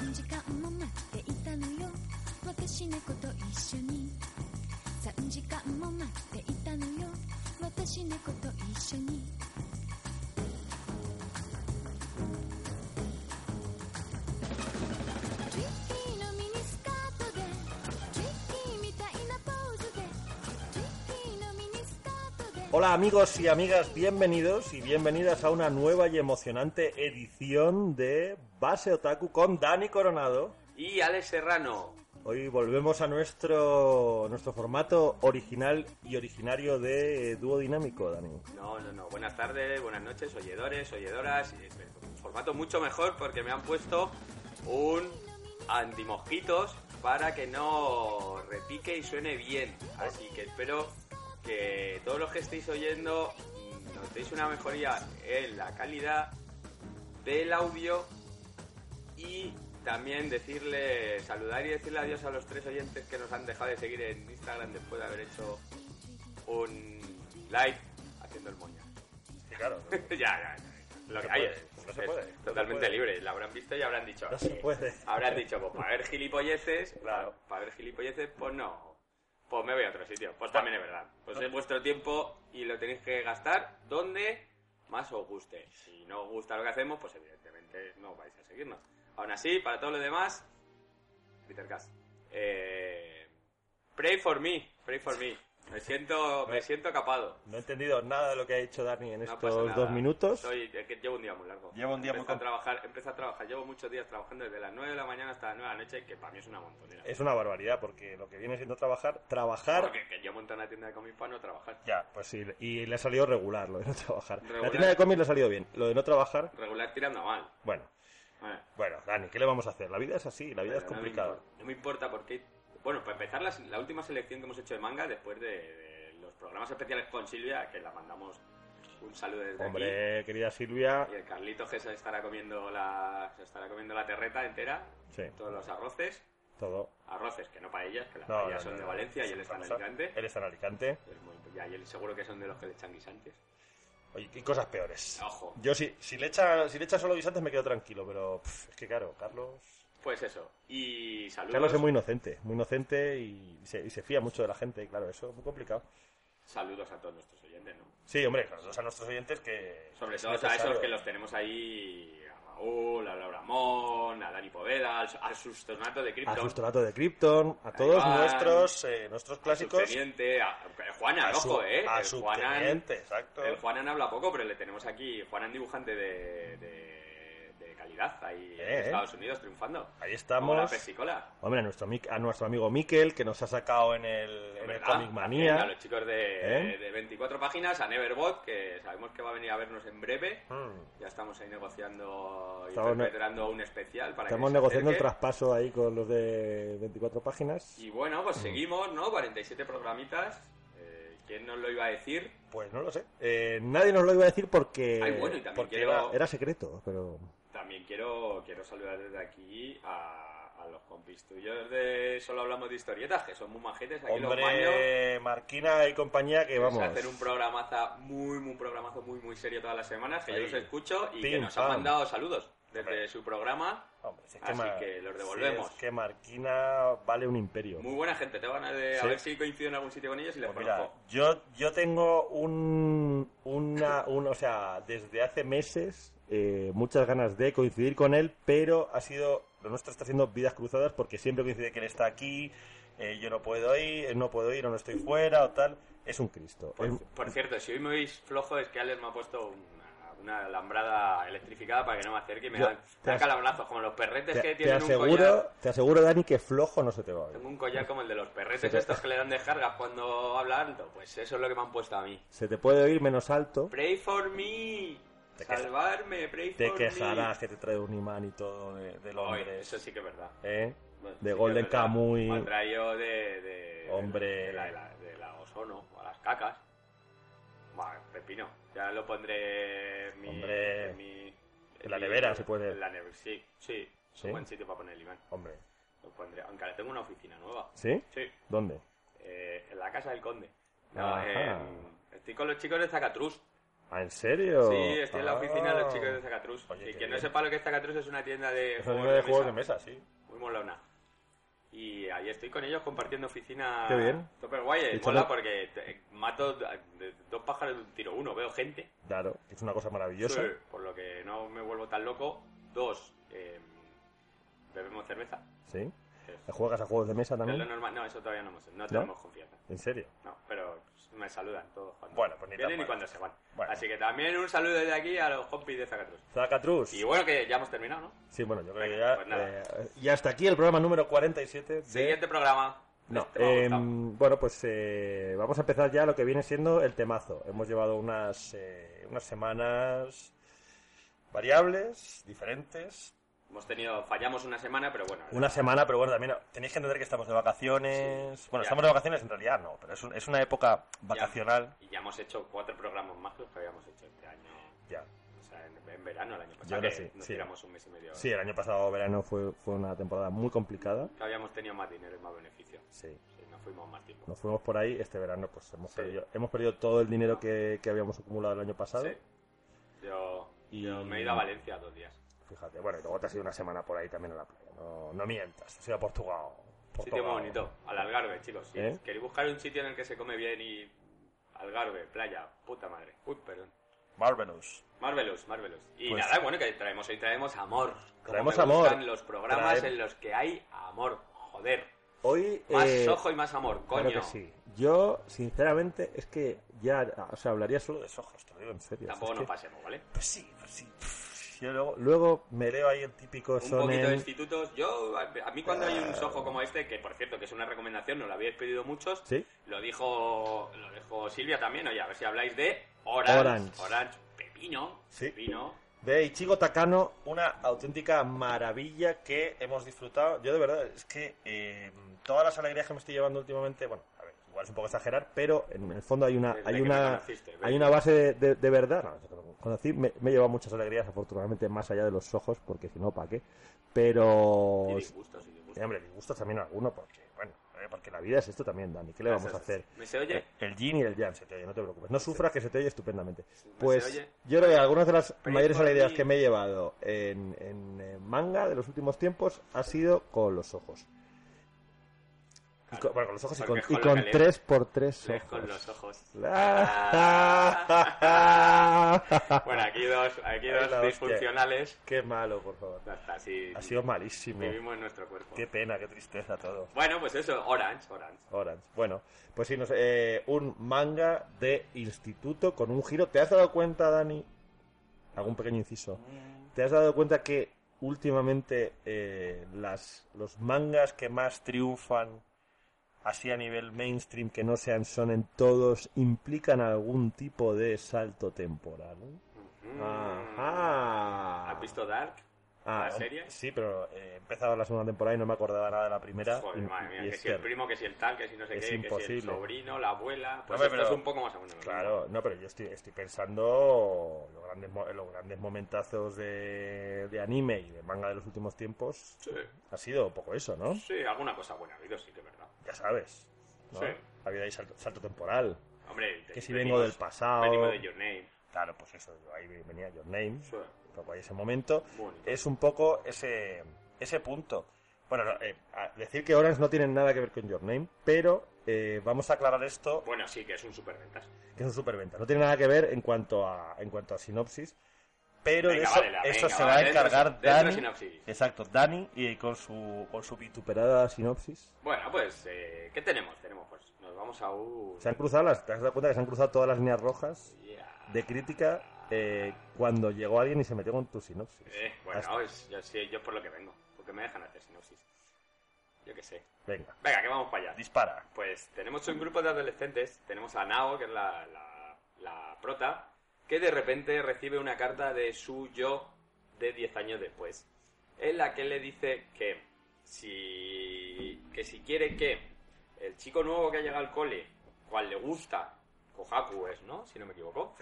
3時間も待っていたのよ私猫と一緒に3時間も待っていたのよ私猫と一緒にトリッキーのミニスカートでトリッキーみたいなポーズでトリッキーのミニスカートで Hola amigos y amigas, bienvenidos y bienvenidas a una nueva y emocionante edición de Base Otaku con Dani Coronado. Y Alex Serrano. Hoy volvemos a nuestro, nuestro formato original y originario de Dúo Dinámico, Dani. No, no, no. Buenas tardes, buenas noches, oyedores, oyedoras. Eh, Un formato mucho mejor porque me han puesto un antimosquitos para que no repique y suene bien. Así que espero que todos los que estéis oyendo mm, notéis una mejoría en la calidad del audio y también decirle, saludar y decirle adiós a los tres oyentes que nos han dejado de seguir en Instagram después de haber hecho un live haciendo el moña. Claro, ya, ya, ya. Lo que se hay puede, es, no se es puede, no se totalmente puede. libre. La habrán visto y habrán dicho. No se eh, puede. Habrán dicho, pues para ver gilipolleces, Claro. para ver gilipolleces, pues no. Pues me voy a otro sitio. Pues también es verdad. Pues es vuestro tiempo y lo tenéis que gastar donde más os guste. Si no os gusta lo que hacemos, pues evidentemente no vais a seguirnos. Aún así, para todo lo demás, Peter Cass. Eh, pray for me, pray for me. Me siento, me siento capado. No he entendido nada de lo que ha dicho Dani en No estos pasa nada. dos minutos. Soy- es que llevo un día muy largo. Lleva un día muy Empecé a com- trabajar, empecé a trabajar, llevo muchos días trabajando desde las 9 de la mañana hasta las 9 de la noche, que para mí es una montonera. Es una barbaridad porque lo que viene siendo trabajar, trabajar... Porque que yo monté una tienda de cómics para no trabajar. Ya, pues sí, y le ha salido regular lo de no trabajar. La Regular. tienda de cómics le ha salido bien, lo de no trabajar, Regular tirando a mal. bueno. Bueno, Bueno, Dani, ¿qué le vamos a hacer? La vida es así, la vida pero es no me complicada. importa- No me importa porque... Bueno, para empezar, las- la última selección que hemos hecho de manga, después de, de los programas especiales con Silvia, que la mandamos un saludo desde aquí. Hombre, querida Silvia. Y el Carlito que se estará comiendo la, se estará comiendo la terreta entera, Sí, todos los arroces. todo. Arroces, que no paellas, que las No, paellas no, son no, de no. Valencia y él está en Pasa. Alicante. Él está en Alicante. Es muy- ya, y él seguro que son de los que le echan guisantes. Oye, y cosas peores. Ojo. Yo si, si le echa, si le echa solo guisantes me quedo tranquilo, pero pff, es que claro, Carlos. Pues eso. Y saludos. Carlos es muy inocente, muy inocente y se, y se fía mucho de la gente, y claro, eso es muy complicado. Saludos a todos nuestros oyentes, ¿no? Sí, hombre, saludos a nuestros oyentes que. Sobre es todo a necesario. esos que los tenemos ahí. A Raúl, a Laura Món, a Dani Poveda, al, al sustonato de A Krypton. Sustonato de Krypton, a todos van. nuestros, eh, nuestros al clásicos. subteniente, a- a Juanan, su- ojo, ¿eh? A El Juanan, subteniente, exacto. el Juanan habla poco, pero le tenemos aquí. Juanan dibujante de, de, de calidad ahí Eh, eh. en Estados Unidos triunfando. Ahí Como la estamos. pepsicola. Hombre, a nuestro, mic- a nuestro amigo Miquel, que nos ha sacado en el, en el ¿Verdad? Comic Manía. A los chicos de, ¿Eh? de 24 páginas, a Neverbot, que sabemos que va a venir a vernos en breve. Mm. Ya estamos ahí negociando y Estamos ne- perpetrando un especial para que Estamos se negociando el acerque. traspaso ahí con los de 24 páginas. Y bueno, Mm. pues seguimos, ¿no? 47 programitas. Eh, ¿Quién nos lo iba a decir? Pues no lo sé. Eh, nadie nos lo iba a decir porque, Ay, bueno, y también porque quiero- era, era secreto, pero... También quiero, quiero saludar desde aquí a, a los compis tuyos de Solo Hablamos de Historietas, que son muy majetes aquí los maños. Hombre, Marquina y compañía que vamos... Vamos. a hacer un programaza muy, muy programazo, muy, muy serio todas las semanas, que Ahí. yo los escucho y que Pim, nos pam. han mandado saludos desde Hombre. su programa. Hombre, si es Así Mar- que los devolvemos. si es que Marquina vale un imperio. Muy buena gente, te van a, de- a Sí. ver si coincido en algún sitio con ellos y les Pues mira, conozco. yo, yo tengo un, una, un- o sea, desde hace meses eh, muchas ganas de coincidir con él, pero ha sido, lo nuestro está haciendo vidas cruzadas porque siempre coincide que él está aquí, eh, yo no puedo ir, él no puedo ir o no estoy fuera o tal. Es un Cristo. Em, Por, Es- pues, por cierto, si hoy me veis flojo es que Alex me ha puesto una- un, una alambrada electrificada para que no me acerque y me Yo- dan, te dan as- calabrazos, como los perretes Te, que te tienen un collar. aseguro, te aseguro, Dani, que flojo no se te va a oír. Tengo un collar como el de los Se perretes te- estos que le dan descargas cuando habla alto. Pues eso es lo que me han puesto a mí. Se te puede oír menos alto. Pray for me. Te queja- Salvarme, pray Te for quejarás me. que te trae un imán y todo de, de Ay, Londres. eso sí que es verdad. ¿eh? Bueno, sí De que Golden es verdad. Kamuy. Me han traído de, de- Hombre. De la, de la- de la ozono, a las cacas. Bueno, pepino. Ya lo pondré en mi. Hombre. en mi- En la nevera, se puede. En la nevera, sí. Sí, es ¿Sí? un buen sitio para poner el imán. Hombre, Lo pondré, aunque ahora tengo una oficina nueva. ¿sí? Sí, ¿Dónde? eh, en la casa del conde. No, Ajá. en- estoy con los chicos de Zacatrus. ¿Ah, ¿En serio? Sí, estoy en la Ah. oficina de los chicos de Zacatrus. Oye, y qué quien no bien. sepa lo que es Zacatrus es una tienda de Es una tienda de juegos de mesa, sí. muy molona. Y ahí estoy con ellos compartiendo oficina. Qué bien. Súper guay, eh, Y mola chalo- porque te- eh, mato d- de dos pájaros de un tiro. Uno, veo gente. Claro, es una cosa maravillosa. Sí, Por lo que no me vuelvo tan loco. Dos, eh, bebemos cerveza. ¿Sí? que es- ¿Juegas a juegos de mesa es lo también? normal. No, eso todavía no hemos No tenemos confianza. ¿En serio? No, pero me saludan todos cuando Bueno, pues ni tan vienen y mal. cuando se van. Bueno. Así que también un saludo desde aquí a los compis de Zacatrus. Zacatrus. Y bueno, que ya hemos terminado, ¿no? Sí, bueno, yo creo que Venga, ya. pues nada. eh, y hasta aquí el programa número 47 de. Siguiente programa. No, Este me ha eh, gustado. bueno, pues eh, vamos a empezar ya lo que viene siendo el temazo. Hemos llevado unas, eh, unas semanas variables, diferentes. Hemos tenido, fallamos una semana, pero bueno. Una semana, pero bueno, también tenéis que entender que estamos de vacaciones. Sí, bueno, ya. estamos de vacaciones en realidad, no, pero es, un- es una época vacacional. Y ya hemos hecho cuatro programas más que los que habíamos hecho este año. Ya. O sea, en, en verano, el año Yo pasado. creo que sí, nos sí. tiramos un mes y medio. Sí, el año pasado verano fue, fue una temporada muy complicada. Que habíamos tenido más dinero y más beneficio. Sí. Sí, nos fuimos más tiempo. Nos fuimos por ahí, este verano pues hemos, Sí. perdido, hemos perdido todo el dinero que, que habíamos acumulado el año pasado. Sí. Yo, Y- yo me he ido a Valencia dos días. Fíjate, bueno, y luego te has ido una semana por ahí también a la playa. No, no mientas, te has ido a Portugal. Sitio Portugal. muy bonito. Al Algarve, chicos. Si ¿Eh? queréis buscar un sitio en el que se come bien y... Algarve, playa, puta madre. Uy, perdón. Marvelous. Marvelous, Marvelous. Y Pues- nada, bueno, que traemos hoy traemos amor. Como Traemos me amor. gustan los programas Trae- en los que hay amor. Joder. Hoy... Más eh, ojo y más amor, coño. Claro que sí. Yo, sinceramente, es que ya... O sea, hablaría solo de ojos, te lo digo en serio. Tampoco Es nos que- pasemos, ¿vale? Pues sí, pues sí. Pff, Yo luego, luego me leo ahí el típico Un poquito de sonen... institutos. Yo, a a mí cuando hay Ah. un sojo como este, que por cierto que es una recomendación, no lo habíais pedido muchos, Sí. lo dijo lo dijo Silvia también, oye, a ver si habláis de Orange. Orange. pepino, Sí. pepino. De Ichigo Takano, una auténtica maravilla que hemos disfrutado. Yo de verdad, es que eh, todas las alegrías que me estoy llevando últimamente, bueno, a ver, igual es un poco exagerar, pero en el fondo hay una Desde hay que me una, conociste, ¿ves? hay una base de, de- de verdad. No, desde que me conocí, me, me he llevado muchas alegrías, afortunadamente, más allá de los ojos, porque si no, ¿para qué? Pero... Y disgustos, y disgustos. eh, hombre, disgustos también a alguno, porque, bueno, eh, porque la vida es esto también, Dani, ¿qué le vamos a hacer? Eh, ¿Me se oye? El yin y el yang se te oye, no te preocupes. No sufras que se te oye estupendamente. ¿Me Pues se oye? yo creo que algunas de las Pero mayores por alegrías mí- que me he llevado en, en, eh, manga de los últimos tiempos ha sido con los ojos. Y con- bueno, con los ojos y con, y Porque con lo con que tres por tres lees ojos. Ah. con los ojos. Bueno, bueno, aquí dos, aquí Ay, la dos hostia. disfuncionales. Qué malo, por favor. Ya está, Así Ha sido malísimo. vivimos en nuestro cuerpo. Qué pena, qué tristeza todo. Bueno, pues eso, Orange, Orange. Orange. Bueno, pues sí, no sé, eh, un manga de instituto con un giro. ¿Te has dado cuenta, Dani? Algún pequeño inciso. ¿Te has dado cuenta que últimamente eh, las, los mangas que más triunfan así a nivel mainstream que no sean sonen todos implican algún tipo de salto temporal? Mm. Ajá. ¿Has visto Dark? Ah, la serie? Sí, pero eh, he empezado la segunda temporada y no me acordaba nada de la primera. Joder, y- madre mía, y que es si el terrible. primo, que si el tal, que si no sé Es qué, que si el imposible. sobrino, la abuela. Pues Hombre, esto pero- es un poco más o menos. lo mismo. Claro, no, pero yo estoy, estoy pensando los grandes, mo- los grandes momentazos de, de anime y de manga de los últimos tiempos. Sí, Ha sido un poco eso, ¿no? sí, alguna cosa buena ha habido, sí que es verdad. Ya sabes. ¿no? Sí. Ha habido ahí salto, salto temporal. Hombre, te- Que si venimos- vengo del pasado. Venimos de Your Name. Claro, pues eso, yo ahí venía Your Name. Sí, Pero ahí ese momento. bonito. Es un poco ese, ese punto. Bueno, no, eh, a- decir que Orange no tienen nada que ver con Your Name, pero eh, vamos a aclarar esto Bueno, sí, que es un superventas. que es un superventa. No tiene nada que ver en cuanto a, en cuanto a sinopsis, pero de Venga, eso, vale, la- eso venga, se va vale, a dentro- encargar dentro Dani. sinopsis. Exacto, Dani y con su, con su vituperada sinopsis. Bueno, pues, eh, ¿qué tenemos? Tenemos, pues, nos vamos a un... Se han cruzado, las, ¿te has dado cuenta que se han cruzado todas las líneas rojas Ya. de crítica eh, cuando llegó alguien y se metió con tu sinopsis. Eh, bueno, Hasta- es- yo, sí, yo es por lo que vengo. Porque me dejan hacer sinopsis. Yo qué sé. Venga, Venga, que vamos para allá. dispara. Pues tenemos un grupo de adolescentes. Tenemos a Nao, que es la, la- la prota, que de repente recibe una carta de su yo de 10 años después. En la que le dice que si, que si quiere que el chico nuevo que ha llegado al cole, cual le gusta, Kohaku es, ¿no? Si no me equivoco.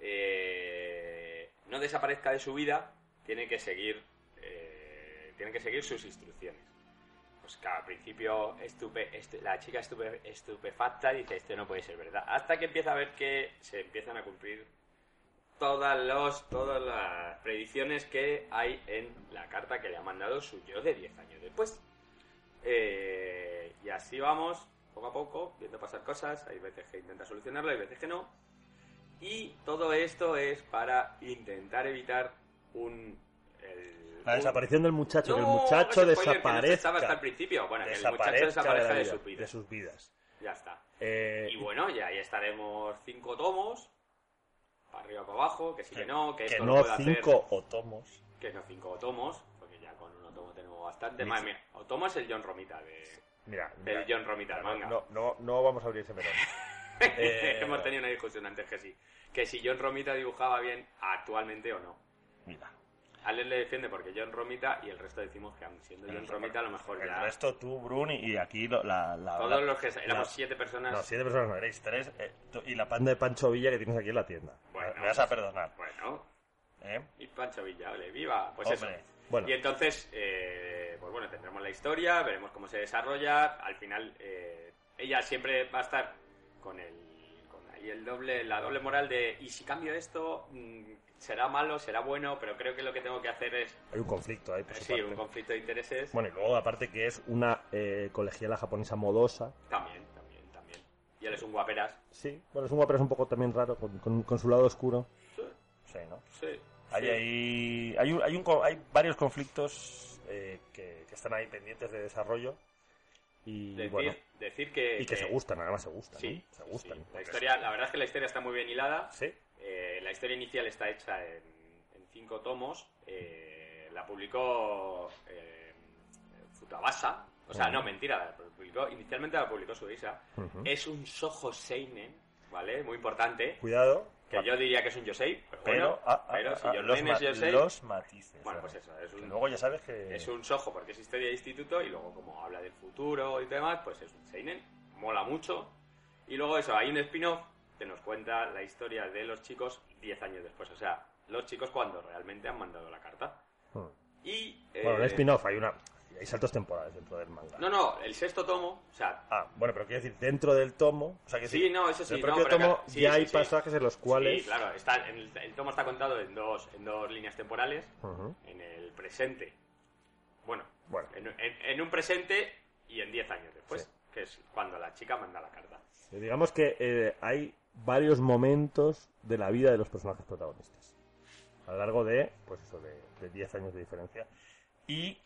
eh, no desaparezca de su vida, tiene que seguir, eh, tiene que seguir sus instrucciones. Pues claro, al principio estupe, estu- la chica estupe, estupefacta dice esto no puede ser verdad. Hasta que empieza a ver que se empiezan a cumplir todas, los, todas las predicciones que hay en la carta que le ha mandado su yo de 10 años después. Eh, y así vamos, poco a poco, viendo pasar cosas. Hay veces que intenta solucionarlo, hay veces que no. Y todo esto es para intentar evitar un... el- La un- desaparición del muchacho, que el no, muchacho ese spoiler que no se desaparezca. estaba hasta el principio. Bueno, que el muchacho Desaparezca desaparezca la de, vida, su vida. de sus vidas. Ya está. Eh, Y bueno, ya ahí estaremos cinco tomos. Para arriba, para abajo, que sí que no, que, que esto no lo puede cinco hacer. o tomos. Que no cinco tomos, porque ya con un tomo tenemos bastante. Sí, Madre sí. mía, Otomo es el John Romita de, Mira, mira, del John Romita, el manga. no, no, no vamos a abrir ese melón. eh, Hemos tenido una discusión antes que sí. Que si John Romita dibujaba bien actualmente o no. Mira, Alex le defiende porque John Romita y el resto decimos que aun siendo John Romita a lo mejor el Pues ya... resto tú, Bruni, y aquí lo- la, la- la- Todos los que éramos la- siete personas... No, siete personas no, erais tres. eh, tú- y la panda de Pancho Villa que tienes aquí en la tienda. Bueno. me vas a perdonar. Bueno, ¿eh? Y Pancho Villa, ole, viva. Pues Hombre, eso. bueno. Y entonces, eh, pues bueno, tendremos la historia, veremos cómo se desarrolla. Al final, eh, ella siempre va a estar con el con ahí el doble, la doble moral de y si cambio esto, mm, será malo, será bueno, pero creo que lo que tengo que hacer es eh, Hay un conflicto ahí, por su sí, parte. un conflicto de intereses. Bueno, y luego aparte que es una eh, colegiala japonesa modosa. También, también, también. Y él es un guaperas. Sí, bueno, es un guapero, es un poco también raro, con, con- con su lado oscuro. Sí, Sí, ¿no? sí, Hay, sí. ahí- hay, un- hay, un co- hay varios conflictos eh, que, que están ahí pendientes de desarrollo y Decir, bueno decir que, y que se gustan, además se gustan, Eh, Sí, ¿no? se sí, gustan. sí. La, porque- historia, la verdad es que la historia está muy bien hilada. Sí, Eh, la historia inicial está hecha en, en cinco tomos. eh, la publicó eh, Futabasa. O sea, Ujú. no, mentira. La publicó, inicialmente la publicó Suiza. Ujú. Es un Soho Seinen, ¿vale? Muy importante. cuidado. Que yo diría que es un Yosei, pero, Pero, bueno, ah, ah, pero ah, si ah, los, Yosei ma- es Yosei, los matices. Bueno, ¿no? pues eso, es Que un- luego ya sabes que Eh, es un Soho porque es historia de instituto y luego como habla del futuro y demás, pues es un Seinen, mola mucho. Y luego eso, hay un spin-off que nos cuenta la historia de los chicos 10 años después, o sea, los chicos cuando realmente han mandado la carta. Hmm. Y... Bueno, un eh, spin-off, hay una hay saltos temporales dentro del manga. No, no, el sexto tomo, o sea... Ah, bueno, pero quiero decir, dentro del tomo, o sea que Sí, no, eso sí, el no, propio pero tomo que- sí, ya sí, hay sí. pasajes en los cuales Sí, claro, está, en el, el tomo está contado en dos, en dos líneas temporales, Ujú. en el presente. Bueno, Bueno. En, en- en un presente y en 10 años después, Sí. que es cuando la chica manda la carta. Eh, Digamos que eh, hay varios momentos de la vida de los personajes protagonistas. A lo largo de, pues eso, de de 10 años de diferencia. Y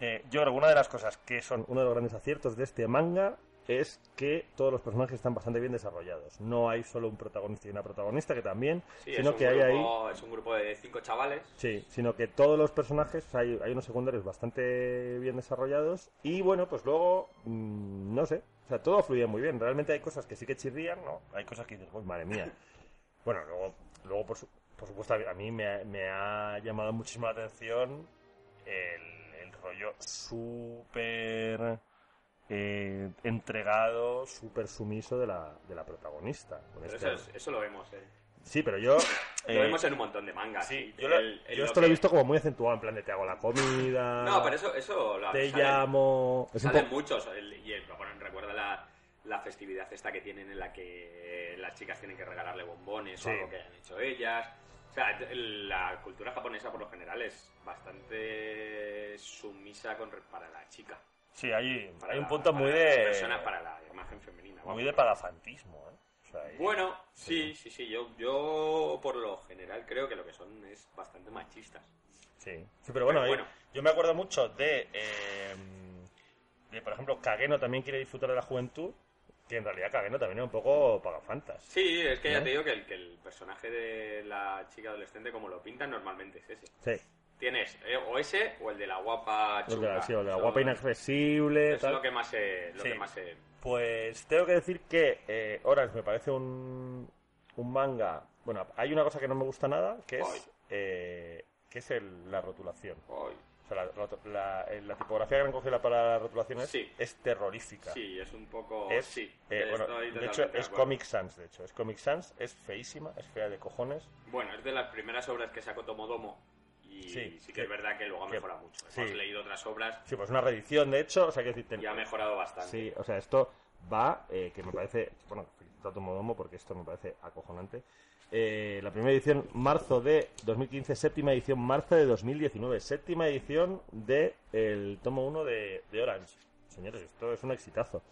eh, yo creo que una de las cosas que son uno de los grandes aciertos de este manga es que todos los personajes están bastante bien desarrollados. No hay solo un protagonista y una protagonista, que también, Sí, es, sino un que hay ahí... grupo, es un grupo de cinco chavales. Sí, sino que todos los personajes, hay, hay unos secundarios bastante bien desarrollados y bueno, pues luego, mm, no sé, o sea, todo fluye muy bien. Realmente hay cosas que sí que chirrían, ¿no? Hay cosas que dices, "Uy, madre mía. bueno, luego, luego por, su- por supuesto, a mí me, ha- me ha llamado muchísimo la atención el, el rollo súper eh, entregado, súper sumiso de la, de la protagonista. Con Pero este- eso, es- eso lo vemos. eh. Sí, pero yo... lo eh, vemos en un montón de mangas. Sí, y yo, lo- el- el yo esto lo que- he visto como muy acentuado, en plan de te hago la comida, No, pero eso, eso lo te sale- llamo... Es un Salen poco- muchos. el- y el- bueno, recuerda la, la festividad esta que tienen en la que las chicas tienen que regalarle bombones Sí. o algo que hayan hecho ellas. O sea, el- la cultura japonesa por lo general es bastante sumisa con, re- para la chica. Sí, hay, Para hay un la- punto para muy las de... personas, para la imagen femenina. Muy vamos. de pagafantismo, ¿eh? O sea, hay- Bueno, sí, sí, sí. Yo, yo por lo general creo que lo que son es bastante machistas. Sí. Sí, pero bueno, Pero eh, bueno. yo me acuerdo em, mucho de, eh, de, por ejemplo, Kageno también quiere disfrutar de la juventud, Que en realidad Kageno también es un poco pagafantas. Sí, es que ¿Eh? ya te digo que el, que el personaje de la chica adolescente, como lo pintan, normalmente es ese. Sí. Tienes eh, o ese o el de la guapa Lo que- chunga. sí, lo de la Son- guapa inaccesible. Es tal. lo que más se... Lo Sí. que más se- Pues tengo que decir que eh, Orange me parece un, un manga. Bueno, hay una cosa que no me gusta nada, que Ay. es, eh, que es el- la rotulación. Ay, O sea, la, rotu- la- eh, la tipografía que han cogido para la rotulación es, Sí. es terrorífica. sí, es un poco... Es, sí, eh, bueno, estoy de hecho, totalmente es acuerdo. Comic Sans, de hecho. Es Comic Sans, es feísima, es fea de cojones. Bueno, es de las primeras obras que sacó Tomodomo y Sí, sí, que- que es verdad que luego ha que- mejorado mucho. sí. Hemos leído otras obras Sí, pues una reedición, de hecho. O sea, que decir, ten- y ha mejorado bastante. Sí, o sea, esto va, eh, que me parece, bueno, felicito a Tomodomo porque esto me parece acojonante. Eh, la primera edición, marzo de 2015, séptima edición, marzo de 2019, séptima edición de el tomo 1 de, de Orange. Señores, esto es un exitazo.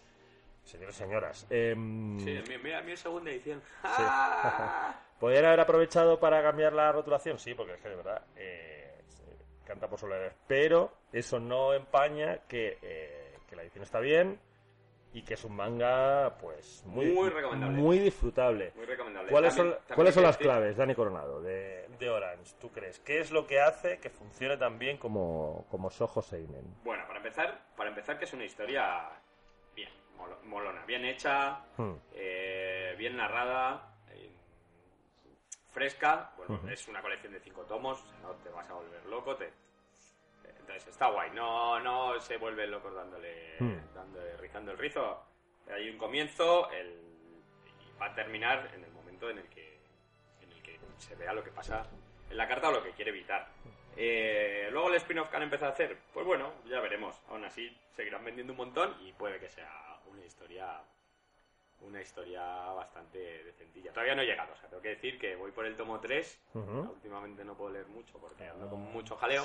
Señores, señoras. em, Sí, mira, mira, mira, segunda edición. ¡Ah! Sí. ¿Podrían haber aprovechado para cambiar la rotulación? Sí, porque es que de verdad eh, se canta por soledad. Pero eso no empaña que, eh, que la edición está bien y que es un manga pues muy, Muy recomendable. muy disfrutable. Muy recomendable. ¿Cuáles son, También- también ¿cuáles son hay las que decir- claves, Dani Coronado, de, de Orange? ¿Tú crees? ¿Qué es lo que hace que funcione tan bien como, como Soho Seinen? Bueno, para empezar, para empezar que es una historia bien, molo- molona, bien hecha, Hmm. eh, bien narrada, eh, fresca. Bueno, Ujú. es una colección de cinco tomos, o sea, no te vas a volver loco. Te... Entonces está guay, no, no se vuelven locos dándole, Mm. dándole- rizando el rizo. Hay un comienzo el- y va a terminar en el momento en el que, en el que se vea lo que pasa en la carta o lo que quiere evitar. Eh, luego el spin-off que han empezado a hacer, pues bueno, ya veremos. Aún así, seguirán vendiendo un montón y puede que sea una historia una historia bastante decentilla. Todavía no he llegado, o sea, tengo que decir que voy por el tomo 3. Ujú. Ah. Últimamente no puedo leer mucho porque ando con mucho jaleo.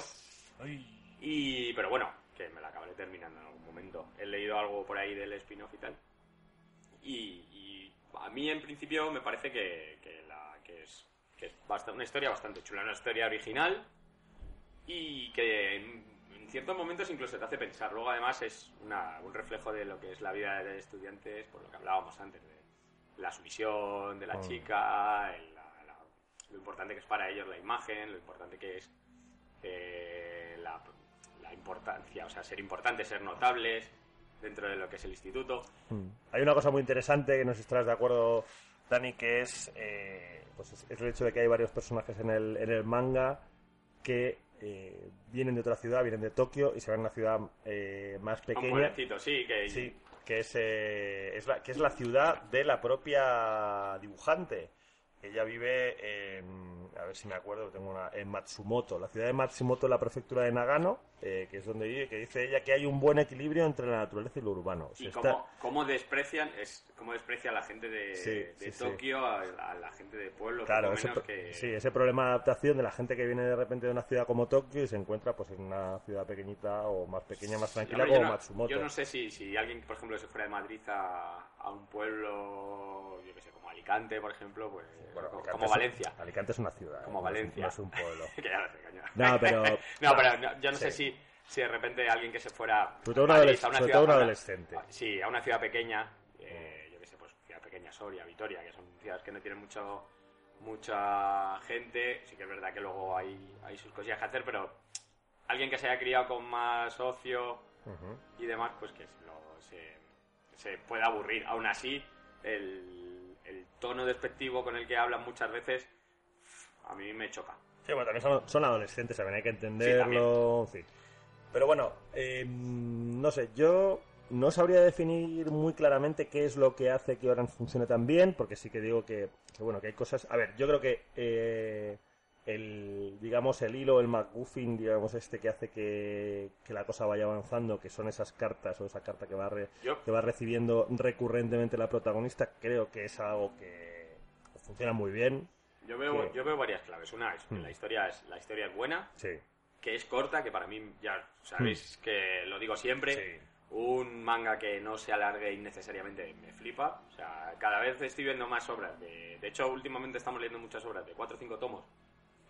Ay. Y, pero bueno, que me la acabaré terminando en algún momento. He leído algo por ahí del spin-off y tal. Y, y a mí en principio me parece que, que la, que es, que es basta- una historia bastante chula, una historia original y que en, en ciertos momentos incluso te hace pensar. Luego además es una- un reflejo de lo que es la vida de estudiantes, por lo que hablábamos antes, de la sumisión de la Mm. chica, el- la- la- lo importante que es para ellos la imagen, lo importante que es eh, la, la importancia, o sea, ser importante, ser notables dentro de lo que es el instituto. Mm. Hay una cosa muy interesante que no sé si estarás de acuerdo, Dani, que es, eh, pues es, es el hecho de que hay varios personajes en el, en el manga que eh, vienen de otra ciudad, vienen de Tokio y se van a una ciudad eh, más A Un pequeña. pueblecito, sí, que Sí, que es, eh, es la, que es la ciudad de la propia dibujante. Ella vive en, a ver si me acuerdo, tengo una, en Matsumoto, la ciudad de Matsumoto, en la prefectura de Nagano, eh, que es donde vive, que dice ella que hay un buen equilibrio entre la naturaleza y lo urbano. Se y está- cómo, cómo desprecian es cómo desprecia a la gente de, Sí, de sí, sí. Tokio a, a la gente de pueblo Claro, poco ese, menos pro- que sí, ese problema de adaptación de la gente que viene de repente de una ciudad como Tokio y se encuentra pues en una ciudad pequeñita o más pequeña, más Hombre, tranquila yo, como no, Matsumoto. yo no sé si, si alguien por ejemplo se fuera de Madrid a, a un pueblo yo que sé como Alicante por ejemplo pues Bueno, como, Alicante como es- Valencia Alicante es una ciudad. Como ¿eh? No es un- Valencia. No es un pueblo. que ya no te engaño. No, pero- no, pero no, yo no Sí. sé si, si de repente alguien que se fuera Sobre todo un a Madrid, adoles- a una sobre ciudad- todo un a una- adolescente. Mm. sí, a una ciudad pequeña, eh, yo qué sé, pues ciudad pequeña Soria, Vitoria, que son ciudades que no tienen mucho mucha gente, sí que es verdad que luego hay, hay sus cosillas que hacer, pero alguien que se haya criado con más ocio Ujú. y demás, pues que se lo- se, se puede aburrir. Aún así, el, el tono despectivo con el que hablan muchas veces a mí me choca. Sí, bueno, también son, son adolescentes, también hay que entenderlo. en fin. Pero bueno, eh, no sé, yo no sabría definir muy claramente qué es lo que hace que Orange funcione tan bien, porque sí que digo que, que bueno, que hay cosas. A ver, yo creo que eh, el, digamos, el hilo, el McGuffin, digamos, este que hace que, que la cosa vaya avanzando, que son esas cartas o esa carta que va, re- Yo que va recibiendo recurrentemente la protagonista, creo que es algo que funciona muy bien. Yo veo, Sí. yo veo varias claves. Una es que Mm. la, historia es, la historia es buena, Sí. que es corta, que para mí, ya sabéis que lo digo siempre, Hmm. Sí. un manga que no se alargue innecesariamente me flipa. O sea, cada vez estoy viendo más obras. De, de hecho, últimamente estamos leyendo muchas obras de 4 o 5 tomos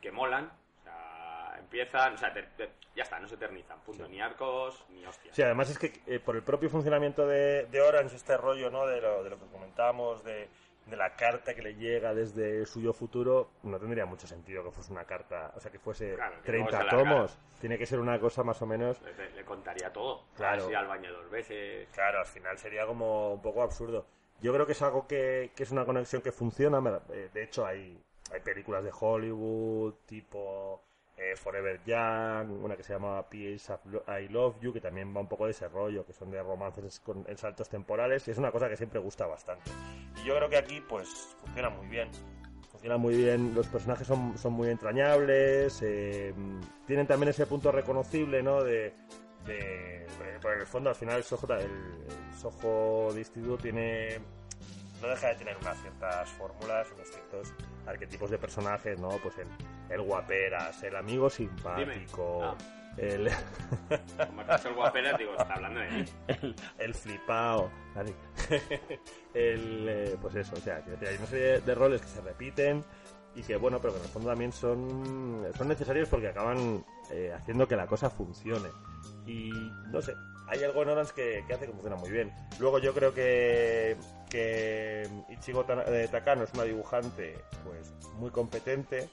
que molan. O sea, empiezan, o sea, te- te- ya está, no se eternizan, punto, ni arcos, ni hostias. Sí, además es que eh, por el propio funcionamiento de, de Orange, este rollo ¿no? de, lo, de lo que comentábamos, de, de la carta que le llega desde su yo futuro, no tendría mucho sentido que fuese una carta, o sea, que fuese Claro, que luego se 30 la tomos. Tiene que ser una cosa más o menos. Le, le contaría todo. Claro. Has ido al baño dos veces. Claro, al final sería como un poco absurdo. Yo creo que es algo que, que es una conexión que funciona. me la- eh, De hecho, hay, hay películas de Hollywood tipo eh, Forever Young, una que se llama P.S. I Love You, que también va un poco de ese rollo, que son de romances con, en saltos temporales. Y es una cosa que siempre gusta bastante. Y yo creo que aquí, pues, funciona muy bien. Funciona muy bien, los personajes son, son muy entrañables, eh, tienen también ese punto reconocible, ¿no? De, de- eh, por el fondo, al final, el Soho, ta- el, el Soho de Instituto tiene. No deja de tener unas ciertas fórmulas, unos ciertos arquetipos de personajes, ¿no? Pues el, el guaperas, el amigo simpático, Ah. el, Como has dicho el guaperas, digo, está hablando de mí. el flipao, así. el, eh, pues eso, o sea, que hay una serie de roles que se repiten y que bueno, pero que en el fondo también son, son necesarios porque acaban eh, haciendo que la cosa funcione. Y no sé, hay algo en Orange que, que hace que funciona muy bien. Luego yo creo que, que Ichigo Ta- eh, Takano es una dibujante pues muy competente.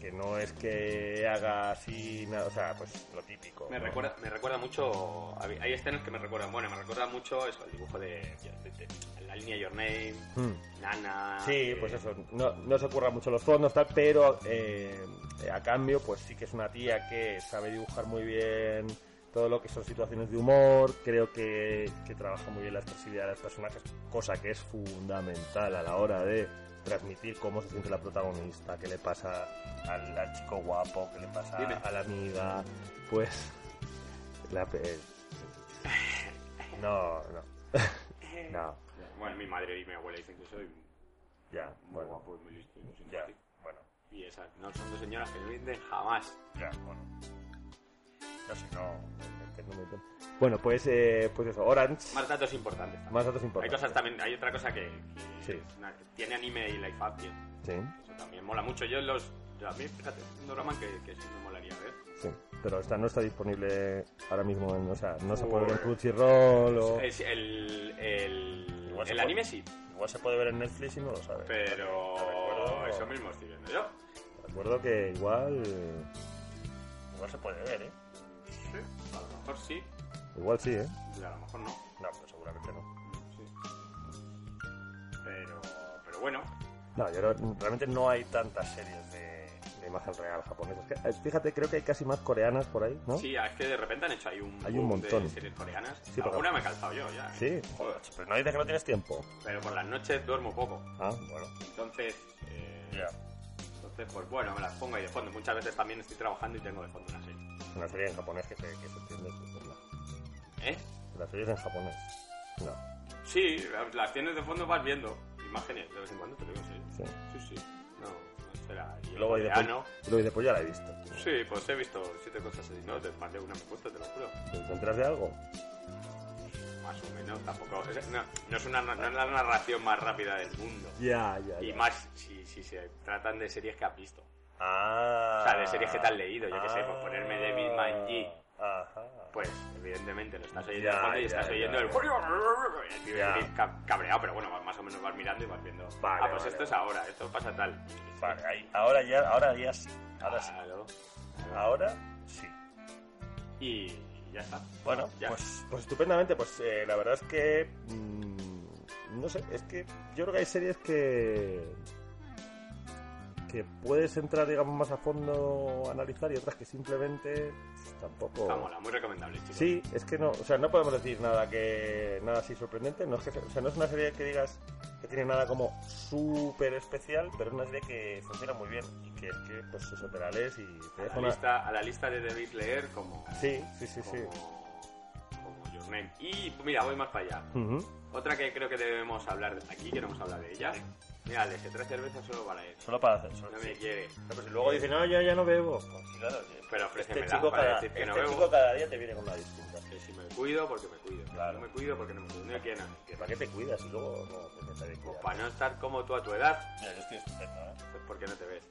Que no es que haga así, nada, o sea, pues lo típico. Me ¿no? recuerda, me recuerda mucho. hay- Hay escenas que me recuerdan. Bueno, me recuerda mucho eso, el dibujo de, de- de- la línea Your Name, Hmm. Nana. Sí, eh, pues eso, no, no se ocurran mucho los fondos, tal, pero eh, a cambio, pues sí que es una tía que sabe dibujar muy bien todo lo que son situaciones de humor, creo que, que trabaja muy bien la expresividad de los personajes, cosa que es fundamental a la hora de transmitir cómo se siente la protagonista, qué le pasa al, al chico guapo, qué le pasa Dime. a la amiga, pues... La, pe- no, no, no, Bueno, mi madre y mi abuela dicen que soy ya, muy bueno, guapo y muy listo y muy ya, simpático. bueno. Y esas no son dos señoras que me venden jamás. Ya, bueno. No sé, no. este, no me entiendo. Bueno, pues, eh, pues eso, Orange. Más datos importantes. también. Más datos Hay importantes. cosas también, hay otra cosa que, Sí. que es una- que tiene anime y life action. Sí, Eso también mola mucho. Yo en los. Yo a mí, fíjate, es un drama que, que sí me molaría ver. sí. Pero esta no está disponible ahora mismo, en- o sea, no se puede ver en Uy. Crunchyroll o... Es el. El, Igual se el puede. anime sí, Igual se puede ver en Netflix y no lo sabes. pero. Recuerdo- Eso mismo estoy viendo yo. Recuerdo que igual... eh, Igual se puede ver, ¿eh? Sí, a lo mejor sí, Igual sí, ¿eh? y a lo mejor no. No, pero seguramente no. Pero, pero bueno, No, yo no- realmente no hay tantas series de, de imagen real japonesas. Que- eh, Fíjate, creo que hay casi más coreanas por ahí, ¿no? sí, es que de repente han hecho ahí un, Hay un boom montón. de series coreanas. Sí, pero- Alguna me he calzado yo ya. Sí. Joder, Pero no dices que no tienes tiempo. pero por las noches duermo poco. Ah, bueno. Entonces, eh, Ya. entonces, pues bueno, me las pongo ahí de fondo. Muchas veces también estoy trabajando y tengo de fondo una serie. Una serie en japonés que se, que se entiende. que es la- ¿Eh? La serie es en japonés. No, Sí, las tienes de fondo, vas viendo imágenes de vez en cuando, te digo, sí. sí. Sí, sí. No, no será. Y Y luego dice, coreano. pues, y luego dice, pues ya la he visto. Sí, pues he visto siete cosas así, ¿no? Te- Más de una me gusta, te lo juro. ¿Te enteras de algo? Más o menos, tampoco. es- No, no es una, no es la narración más rápida del mundo. Ya, ya, Y más si, si se tratan de series que has visto. Ah. O sea, de series que te has leído, yo qué sé, por ponerme de Jumanji. Ajá. Pues, evidentemente, lo estás oyendo Ya, de fondo y ya, estás ya, oyendo ya. el. el tío Ya. ahí ca- cabreado, pero bueno, más o menos vas mirando y vas viendo. Vale, ah, pues vale, esto es vale. ahora, esto pasa tal. Vale, ahí- ahora ya, ahora ya sí. Ahora sí. Claro. Ahora sí. Y, y ya está. Bueno, Ya. pues, pues estupendamente, pues eh, la verdad es que... mm, no sé, es que yo creo que hay series que... que puedes entrar, digamos, más a fondo, a analizar y otras que simplemente pues, tampoco... Está mola, muy recomendable, chicos. Sí, es que no, o sea, no podemos decir nada que nada así sorprendente, no es que, o sea, no es una serie que digas que tiene nada como súper especial, pero es una serie que funciona muy bien y que es que pues eso te la lees y te A deja la, una... lista, a la lista de debéis leer como. Sí, sí, sí, sí. como, como Your Name. Y pues mira, voy más para allá. Ujú. Otra que creo que debemos hablar aquí, que no hemos hablado de ella. Mira, le dejé tres cervezas solo para él. Solo para hacer solo- No me quiere. Pues luego dice, no, yo ya no bebo. Claro, Pero este ofrécemela chico, para cada, decir que no este bebo. chico cada día te viene con una distinta. Que si me cuido, porque me cuido. Que Claro. si no me cuido, porque no me cuido. No quiero nada. Que ¿Para qué te cuidas y luego no te intentaré Pues cuidar? para no estar como tú a tu edad, Mira, yo estoy estupendo, ¿eh? pues porque no te ves.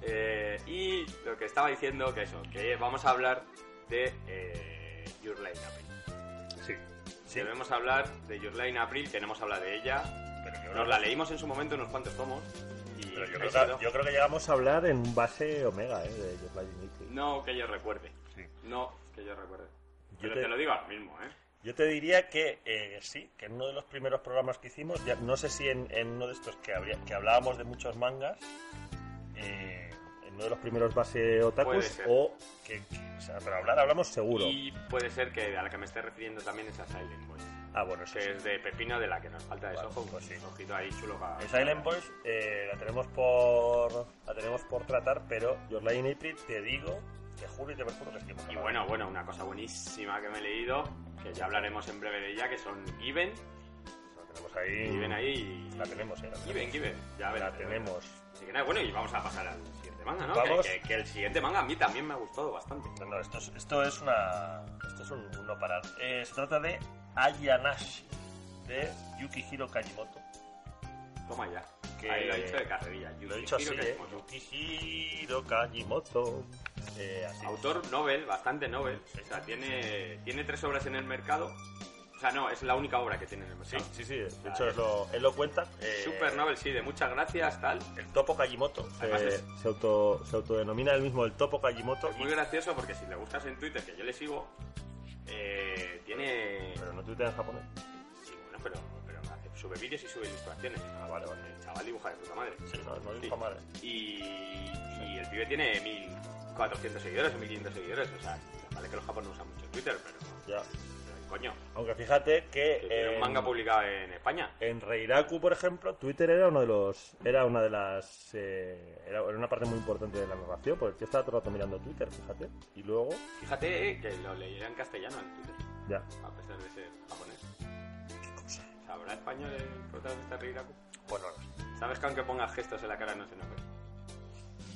Eh, y lo que estaba diciendo, que eso, que vamos a hablar de eh, Your Line April. Sí. Sí, Debemos hablar de Your Line April, que no hemos hablado de ella. pero yo, creo, Nos la leímos en su momento unos cuantos tomos. Y pero yo, ahí creo se quedó. que, yo creo que llegamos a hablar en un base Omega, ¿eh? De Just Like Nicky. No que yo recuerde. Sí. No que yo recuerde. Yo Pero te- te... lo digo ahora mismo, ¿eh? Yo te diría que eh, sí, que en uno de los primeros programas que hicimos, ya, no sé si en, en uno de estos que, habría- que hablábamos de muchos mangas, eh, en uno de los primeros base Puede otakus, ser. o que, que- o sea, pero hablar hablamos seguro. Y puede ser que a la que me esté refiriendo también es a Silent Boys. Ah, bueno, eso Que es de Pepino, de la que nos falta Vale, desojo. pues sí. Un ojito ahí chulo para... El Silent Boys eh, la tenemos por la tenemos por tratar, pero Your Lie in April te digo, te juro y te perjuro que sí. hemos Y hablado. bueno, bueno, una cosa buenísima que me he leído, que ya hablaremos en breve de ella, que son Given. la tenemos ahí. Given ahí. y- La tenemos, eh. La tenemos. Given, Given. Ya La verás. tenemos. Así que nada, bueno, y vamos a pasar al siguiente manga, ¿no? Vamos. Que, que- que el siguiente manga a mí también me ha gustado bastante. No, no, esto es, esto es una. Esto es un, un no parar. Eh, se trata de Ayanashi, de Yukihiro Kajimoto. Toma ya. Que- Ahí lo he dicho de carrerilla. Lo he dicho así, Yukihiro eh. Kishimoto. Yukihiro Kajimoto. Eh, así. Autor novel, bastante novel. O sea, tiene, tiene tres obras en el mercado. O sea, no, es la única obra que tiene en el Sí, mercado. sí, sí. De hecho, es lo- él lo cuenta. eh, Super novel, sí, de muchas gracias, tal. El Topo Kajimoto. Además eh, es- se, auto, se autodenomina el mismo el Topo Kajimoto. Es muy y- gracioso porque si le buscas en Twitter, que yo le sigo, eh, tiene... Pero no tuitea en japonés. Sí, bueno, pero, pero hace- sube vídeos y sube ilustraciones. Ah, vale, vale. El chaval dibuja de puta madre. Sí, no, no Sí. dijo madre. Y, y el pibe tiene 1400 seguidores o 1500 seguidores. O sea, vale que los japoneses no usan mucho Twitter, pero, Ya. pero, coño. Aunque fíjate que. Que tiene un en- manga publicado en España. En Reiraku, por ejemplo, Twitter era uno de los, era una de las, eh, era, era una parte muy importante de la narración, porque yo estaba todo el rato mirando Twitter, fíjate, y luego, Fíjate eh, que lo leía en castellano en Twitter, ya. a pesar de ser japonés. ¿Sabrá español el protagonista de Riraku? Bueno, ¿Sabes que aunque pongas gestos en la cara no se nombres?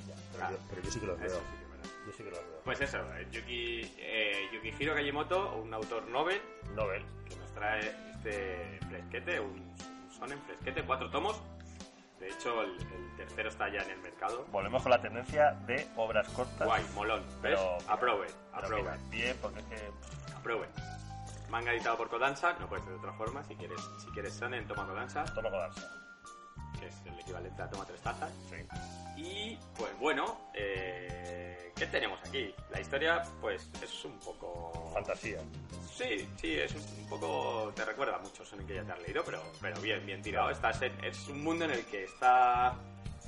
ya, pero, yo, pero yo sí que los Eso veo, Ah, sí que es verdad. yo sí que los veo. Pues eso, eh, Yuki, eh, Yukihiro Kajimoto, un autor novel, Nobel, que nos trae este fresquete, un, son en fresquete, cuatro tomos. De hecho, el, el tercero está ya en el mercado. volvemos con la tendencia de obras cortas. Guay, molón, ¿ves? Pero- pero- Aprove, pero aprove. mira, bien, porque es que pues, pff, Apruebe. Manga editado por Kodansha, no puede ser de otra forma, si quieres, si quieres Sonen, toma Kodansha, esto no va a darse. que es el equivalente a toma tres tazas. Sí. Y pues bueno, eh, ¿qué tenemos aquí? La historia pues es un poco... Fantasía. Sí, sí, es un, un poco... te recuerda mucho Sonen que ya te has leído, pero, pero bien, bien tirado. Estás en- es un mundo en el que está...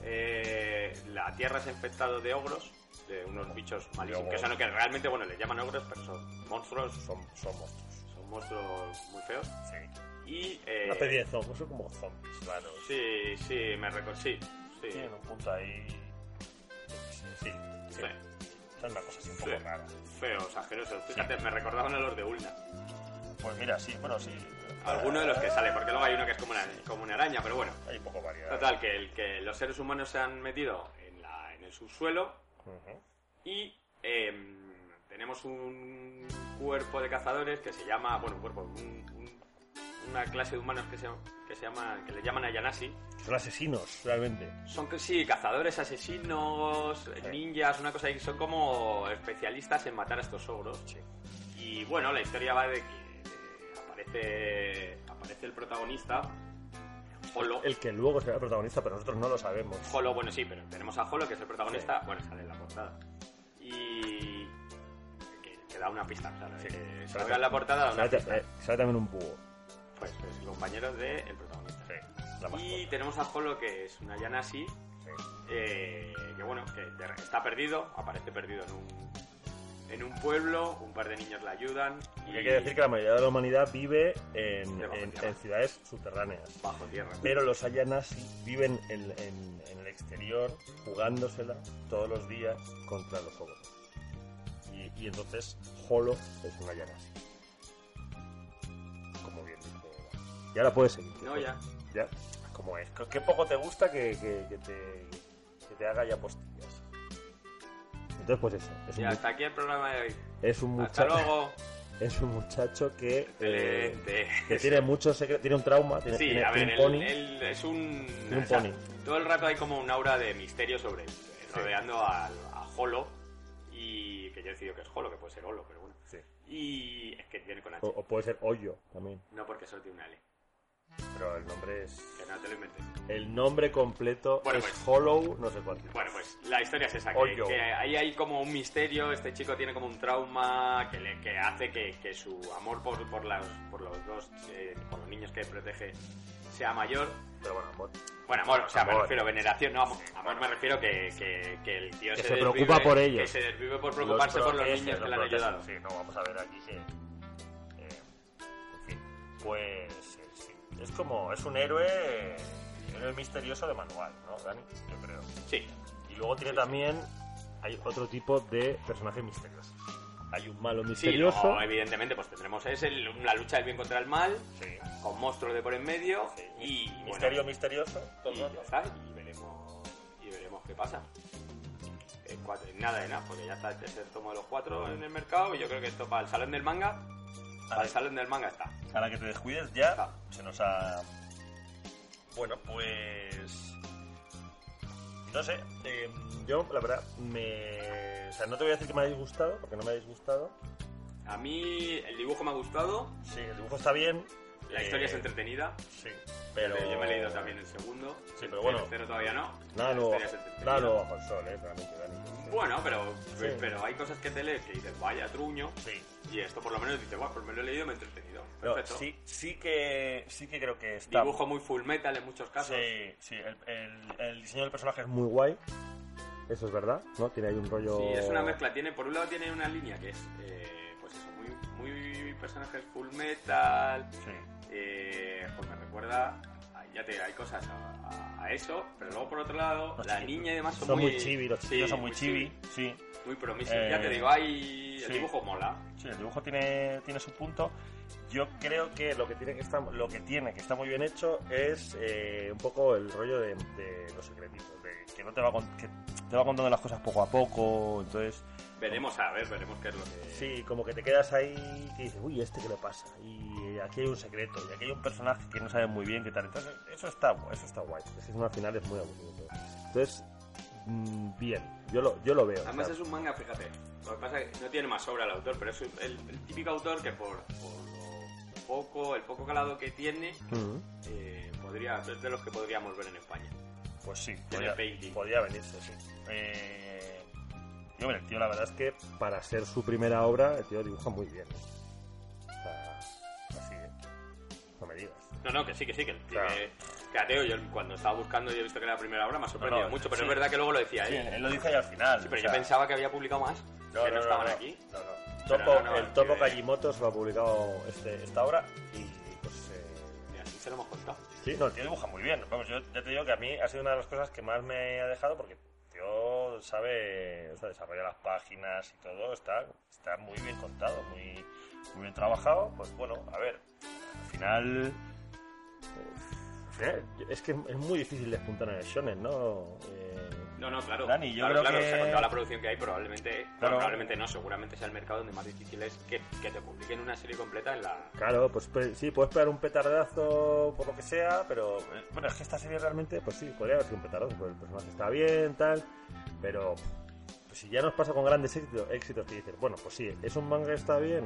eh, la Tierra se ha infectado de ogros, de unos bichos malísimos, que ogros. son lo que realmente, bueno, le llaman ogros, pero son monstruos, Son, son monstruos. son monstruos muy feos. Sí. Y. Eh, Una especie de zombies, son como zombies raros. Sí, sí, me recuerdo. Sí, sí. Tienen un punto ahí. yo qué sé, Sí. sí. fe- Es una cosa así un poco Sí. rara. feos, asquerosos. Fíjate, me recordaban a los de Ulna. Pues mira, sí, bueno, sí. Ah, Alguno de los que sale, porque luego hay uno que es como una, como una araña, pero bueno. Hay poco variedad. Total, que, el, que los seres humanos se han metido en, la, en el subsuelo Ujú. y em, tenemos un cuerpo de cazadores que se llama, bueno, un cuerpo, un- un- una clase de humanos que se, que se llama, que le llaman Ayanasi, Son asesinos, realmente. Son, sí, cazadores, asesinos, ninjas, una cosa así. Son como especialistas en matar a estos ogros. Y bueno, la historia va de que eh, aparece, aparece el protagonista, Holo. El que luego será el protagonista, pero nosotros no lo sabemos. Holo, bueno, sí, pero tenemos a Holo, que es el protagonista. Bueno, sale en la portada. Y... Que, que da una pista, claro. eh, Sí. que salga en la portada da una Sale, ta- pista. eh, sale también un búho. Pues es el compañero del protagonista. La Y mascota. tenemos a Holo, que es una Yanasi, Sí. eh, que bueno, que de- está perdido, aparece perdido en un, en un pueblo, un par de niños le ayudan y Y hay que decir que la mayoría de la humanidad vive en, Debajo en- tierra. en ciudades subterráneas. bajo tierra. Pero los Ayanasi viven en, en- en el exterior, jugándosela todos los días contra los ogros. Y, y entonces, Holo es un Ayanasi. Como bien dice. Y ahora puedes seguir. No, ya. Ya, como es. Qué poco te gusta que, que- que te, que te haga ya postillas. Entonces, pues eso. Es Y un, hasta aquí el programa de hoy. es un Hasta muchacho, luego. es un muchacho que, eh, Excelente. que tiene muchos secretos, tiene un trauma, tiene, Sí, tiene- a ver, tiene él, un pony. él es un... Tiene un o sea, pony. Todo el rato hay como un aura de misterio sobre él. Es rodeando al- a Holo. Y que yo he decidido que es Holo, que puede ser Holo, pero bueno. Sí. Y es que viene con H. O, o puede ser Hoyo también. No porque solo tiene una L. Pero el nombre es. Que no te lo inventes. El nombre completo Bueno, es pues. Hollow, no sé cuánto. Bueno, pues la historia es esa, que, Hoyo. que ahí hay como un misterio, este chico tiene como un trauma que, le, que hace que, que su amor por, por, las- por los dos, eh, por los niños que protege, sea mayor. Pero bueno, bueno, Bueno, amor, o sea, me Amor. refiero veneración, no, amor, amor me refiero que, que, que el tío Que se, se desvive- preocupa por ellos. Que se desvive por preocuparse por los niños que le han ayudado. Sí, no, vamos a ver aquí que. eh, en fin. Pues. eh, sí. Es como. Es un héroe. eh, Héroe misterioso de manual, ¿no, Dani? Yo creo. Sí, Y luego tiene Pero también. también hay otro tipo de personajes misteriosos. Hay un malo sí, misterioso. luego, evidentemente, pues tendremos es el- la lucha del bien contra el mal, Sí. con monstruos de por en medio, sí. y bueno, Misterio misterioso. y ya está, y veremos, y veremos qué pasa. Eh, cuatro- nada de nada, porque ya está el tercer tomo de los cuatro en el mercado y yo creo que esto para el salón del manga, para el salón del manga está. A la que te descuides ya Ah. se nos ha. Bueno, pues. No sé. em, Eh, yo, la verdad, me. O sea, no te voy a decir que me ha disgustado, porque no me ha disgustado. A mí el dibujo me ha gustado, Sí, el dibujo está bien. la eh, historia es entretenida, Sí, pero pero. yo me he leído también el segundo, Sí, pero bueno. el tercero todavía no. Nada La nuevo, historia es bajo- entretenida. nada nuevo bajo el sol, eh, realmente, Dani. Bueno, pero, Sí. pero hay cosas que te lees que dices, vaya truño, Sí. y esto por lo menos dices, bueno, pues me lo he leído y me he entretenido. No, Perfecto. sí, sí que sí que creo que está. Dibujo muy full metal en muchos casos. Sí, sí, el, el- el diseño del personaje es muy. Muy guay. Eso es verdad, ¿no? Tiene ahí un rollo. Sí, es una mezcla. Tiene, por un lado tiene una línea que es, eh, pues eso, muy, muy personajes full metal. Eh, pues me recuerda, a- ya te digo, hay cosas a, a- a eso, pero luego por otro lado, Los la chibi- niña y demás son, son muy chibi, los Los chiquillos son muy chibi, sí. muy promisos. Eh, ya te digo, hay, el sí. dibujo mola. Sí, el dibujo tiene, tiene su punto. Yo creo que lo que tiene que está, lo que tiene que está muy bien hecho es eh, un poco el rollo de, de los secretitos, de que no te va con- que te va contando las cosas poco a poco, entonces eh, Veremos, a ver, veremos qué es lo que... sí, como que te quedas ahí que dices, uy, este que le pasa, y eh, aquí hay un secreto, y aquí hay un personaje que no sabe muy bien qué tal, entonces eso está, gu- eso está guay. Es que es una final es muy aburrido. Entonces, mm, bien, yo lo, yo lo veo. Además o sea, es un manga, fíjate. Lo que pasa es que no tiene más obra el autor, pero es un- el, el típico autor que por, por lo poco, el poco calado que tiene, mm, eh, podría, es de los que podríamos ver en España. Pues sí, Tiene podría, painting. podría venirse, sí. Eh, yo, mira, el tío, la verdad es que que para ser su primera obra, el tío dibuja muy bien. ¿eh? o sea, así, ¿eh? no me digas. No, no, que sí, que sí, que el Claro. que- que ateo, yo cuando estaba buscando y he visto que era la primera obra, me ha sorprendido No, no, mucho, pero sí. es verdad que luego lo decía Sí, él. él lo dice ahí al final. Sí, pero o yo sea, pensaba que había publicado más, que no, estaban aquí. No, no. Pero Topo- no, no, el Topo que- Kajimoto se lo ha publicado este, esta obra y pues. Y Eh, así se lo hemos contado. sí, No, el tío dibuja muy bien. Vamos, yo ya te digo que a mí ha sido una de las cosas que más me ha dejado porque el tío sabe, o sea, desarrolla las páginas y todo, está, está muy bien contado, muy, muy bien trabajado. Pues bueno, a ver, al final... eh, es que es muy difícil despuntar en el shonen, ¿no? Eh, No, no, claro. Dani, yo claro, creo claro, que- o sea, con toda la producción que hay, probablemente, bueno, Claro. probablemente no, seguramente sea el mercado donde más difícil es que, que te publiquen una serie completa en la... Claro, pues pe- sí, puedes pegar un petardazo por lo que sea, pero eh, bueno, es que esta serie realmente, pues sí, podría haber sido un petardazo, porque el personaje está bien, tal, pero pues, si ya nos pasa con grandes éxitos, éxitos que dices, bueno, pues sí, es un manga que está bien,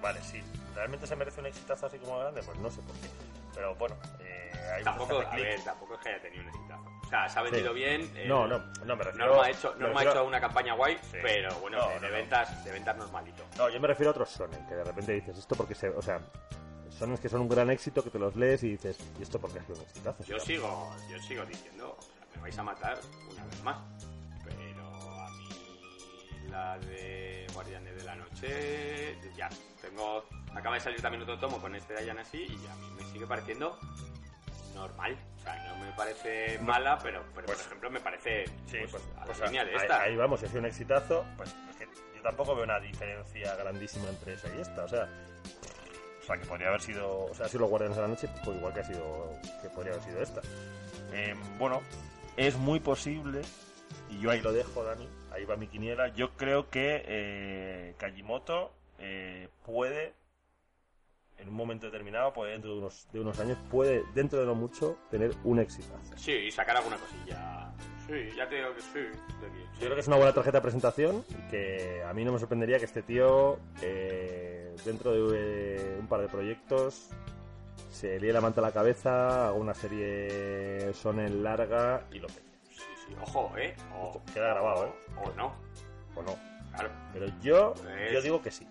Vale, sí. ¿Realmente se merece un exitazo así como grande? Pues no sé por qué. Pero bueno, eh, hay Tampoco, bastante a clic. ver, tampoco es que haya tenido un exitazo. O sea, se ha vendido Sí. bien. eh, no, no, no me refiero, Norma ha hecho, me Norma ha refiero- hecho una campaña guay, Sí. pero bueno, No, de, no, de no. ventas, de ventas normalito. No, yo me refiero a otros sonen, que de repente dices, esto porque se, o sea, sones que son un gran éxito, que te los lees y dices, ¿y esto porque ha sido un exitazo? Yo sigo, yo sigo diciendo, o sea, me vais a matar una vez más. Pero a mí la de Guardianes de la Noche, ya, tengo, acaba de salir también otro tomo con este Dayan así y a mí me sigue pareciendo normal. O sea, no me parece mala, pero, pero Pues- por ejemplo me parece Sí, pues, pues- a la pues línea de Ahí, esta. ahí vamos, ha sido un exitazo, Pues es que yo tampoco veo una diferencia grandísima entre esa y esta, o sea... O sea, que podría haber sido. O sea, si los guardianes de la noche, pues igual que ha sido, que podría haber sido esta. em, eh, bueno, es muy posible. Y yo ahí Lo lo dejo. dejo, Dani. Ahí va mi quiniela. Yo creo que eh, Kajimoto eh, puede en un momento determinado, pues dentro de unos, de unos años, puede, dentro de no mucho, tener un exitazo. Sí, y sacar alguna cosilla. Sí, ya te digo que sí. de que- Yo creo que es una buena tarjeta de presentación y que a mí no me sorprendería que este tío, eh, dentro de eh, un par de proyectos, se líe la manta a la cabeza, haga una serie sonen larga y lo pete. Sí, sí. Ojo, ¿eh? O, Esto queda grabado, ¿eh? O no. O no. Claro. Pero yo, Pues- yo digo que sí.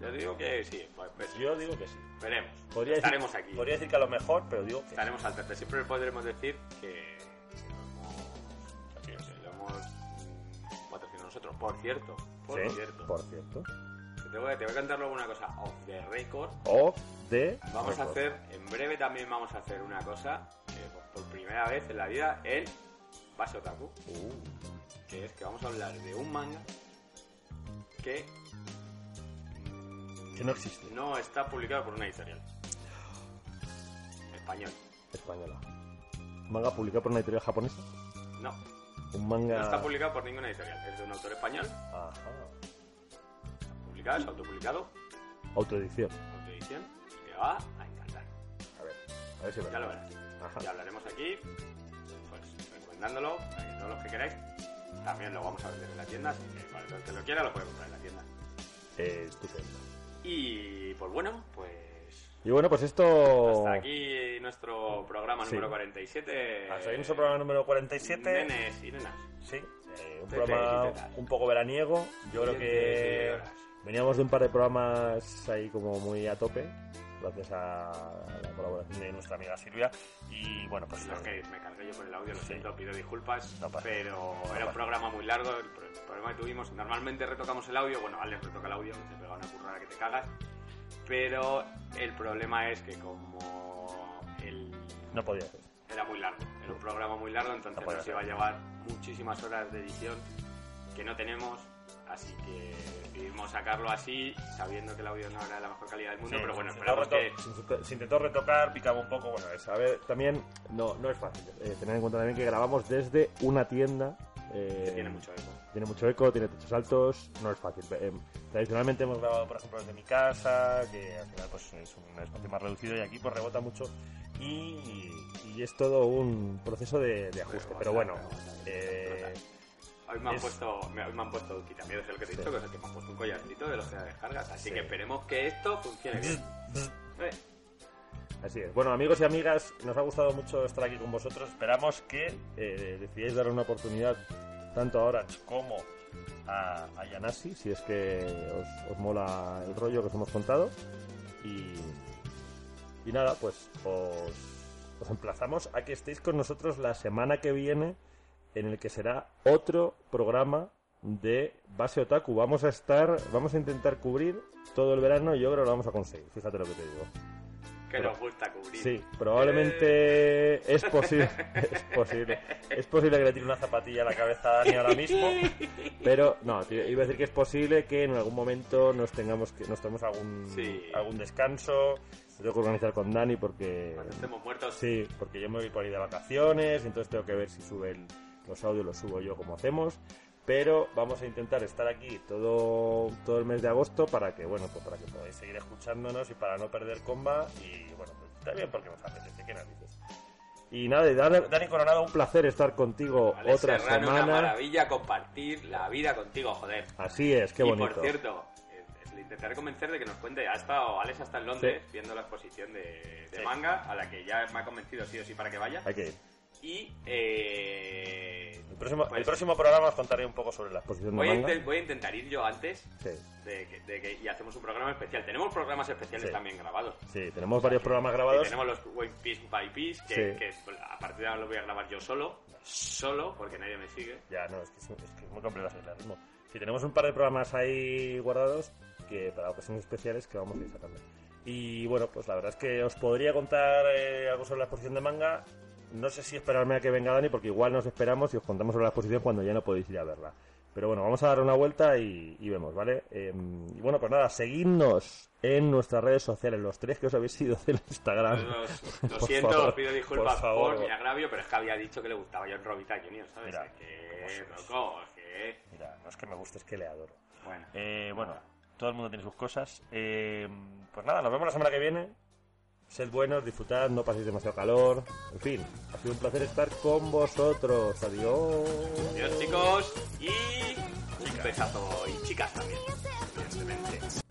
Yo digo que sí. Pues, pues, Yo digo que sí. veremos. Podría decir- Estaremos aquí. Podría decir que a lo mejor, pero digo que Estaremos al tanto. Siempre podremos decir que, que lo hemos, que lo hemos mm, patrocinado nosotros. Por cierto, por sí. cierto. Por cierto. Te, voy, a- te voy a contar luego una cosa off the record. O de... Vamos a record. hacer, en breve también vamos a hacer una cosa, eh, por- por primera vez en la vida, el Base Otaku, Uh, que es que vamos a hablar de un manga que que no existe. no está publicado por una editorial. Español. Española. Un manga publicado por una editorial japonesa. No, Un manga... no está publicado por ninguna editorial. Es de un autor español, Ajá. publicado, es autopublicado, Autoedición. autoedición, te va a encantar. A ver, a ver si es Ya lo verdad. verás. Ajá. Y hablaremos aquí, pues recomendándolo, a que todos los que queráis. También lo vamos a vender en la tienda, así que para todo el que lo quiera lo puede comprar en la tienda. Eh, estupendo. Y pues bueno, pues Y bueno, pues esto... hasta aquí nuestro programa Sí. número 47. Hasta aquí nuestro programa número 47. Nenes y nenas. Sí. eh, un Tete y programa tetas. un poco veraniego. Yo creo Siete que... horas. Veníamos de un par de programas ahí como muy a tope, gracias a la colaboración de nuestra amiga Silvia. Y bueno, pues Los eh, que me cargué yo con el audio, lo Sí. siento, pido disculpas, No pasa pero era pasa. un programa muy largo, el pro- el problema que tuvimos, normalmente retocamos el audio, bueno, Alex retoca el audio, te pega una currada que te cagas, pero el problema es que como el... no podía hacer. era muy largo, era un programa muy largo, entonces No podía nos iba a ser. llevar muchísimas horas de edición que no tenemos, así que decidimos sacarlo así, sabiendo que el audio no era de la mejor calidad del mundo, Sí, pero bueno, se intentó esperamos reto- que... se intentó- Se intentó retocar, picaba un poco. Bueno, es- a ver, también no, no es fácil. eh, tener en cuenta también que grabamos desde una tienda. eh, que tiene mucho eco. tiene mucho eco, tiene techos altos, no es fácil. Eh, tradicionalmente hemos grabado, por ejemplo, desde mi casa, que al final pues, es un espacio más reducido y aquí pues rebota mucho y, y es todo un proceso de, de ajuste. Pero bueno, eh, Hoy me han Es- puesto, me, hoy me han puesto quitamiedos, es lo que te he Sí. dicho, que, es que me han puesto un collarcito de los de descargas, así Sí. que esperemos que esto funcione bien. Eh, así es. Bueno, amigos y amigas, nos ha gustado mucho estar aquí con vosotros. Esperamos que eh, decidáis dar una oportunidad tanto a Orange como a, a Yanasi, si es que os, os mola el rollo que os hemos contado. Y, y nada, pues os, os emplazamos a que estéis con nosotros la semana que viene, en el que será otro programa de Base Otaku. Vamos a estar, vamos a intentar cubrir todo el verano y yo creo que lo vamos a conseguir. Fíjate lo que te digo. que Pero- nos gusta cubrir. Eh. Sí, probablemente es posible, es posible, es posible que le tire una zapatilla a la cabeza a Dani ahora mismo, pero no, tío, iba a decir que es posible que en algún momento nos tengamos que, nos tomemos algún, Sí. algún descanso, me tengo que organizar con Dani porque, Cuando estemos muertos, sí, porque yo me voy por ahí de vacaciones, entonces tengo que ver si sube el- los audios, los subo yo como hacemos, pero vamos a intentar estar aquí todo, todo el mes de agosto para que, bueno, pues para que podáis seguir escuchándonos y para no perder comba y bueno, pues está bien porque nos apetece, qué narices. Y nada, y Dani, Dani Coronado, un placer estar contigo Alex otra Serrano, una semana. maravilla compartir la vida contigo, joder. Así es, qué y bonito. por cierto, eh, eh, le intentaré convencer de que nos cuente, ha estado Alex hasta en Londres viendo la exposición de, de Sí. manga, a la que ya me ha convencido sí o sí para que vaya, Hay que ir. y... Eh, El próximo, el pues, próximo programa os contaré un poco sobre la exposición de voy a manga. inten- voy a intentar ir yo antes, Sí, de que, de que- y hacemos un programa especial. Tenemos programas especiales Sí. también grabados. sí, tenemos varios programas grabados. Tenemos los One Piece by Piece, que, Sí. que a partir de ahora lo voy a grabar yo solo, solo, porque nadie me sigue. Ya, no, es que es, es que es muy complicado hacer el ritmo. Si tenemos un par de programas ahí guardados que para ocasiones especiales que vamos a ir sacando. Y bueno, pues la verdad es que os podría contar eh, algo sobre la exposición de manga. No sé si esperarme a que venga Dani, porque igual nos esperamos y os contamos sobre la exposición cuando ya no podéis ir a verla. Pero bueno, vamos a dar una vuelta y, y vemos, ¿vale? Eh, y bueno, pues nada, seguidnos en nuestras redes sociales, los tres que os habéis ido del Instagram. Los- Lo Por siento, favor, os pido disculpas por por, favor. mi agravio, pero es que había dicho que le gustaba John Robita Jr., ¿sabes? Mira, Es cómo que, sois. loco, es que... Mira, no es que me guste, es que le adoro. Bueno, Eh, bueno, Todo el mundo tiene sus cosas. Eh, pues nada, Nos vemos la semana que viene. Sed buenos, disfrutad, no paséis demasiado calor. En fin, ha sido un placer estar con vosotros. Adiós. Adiós chicos y un besazo y chicas también. evidentemente.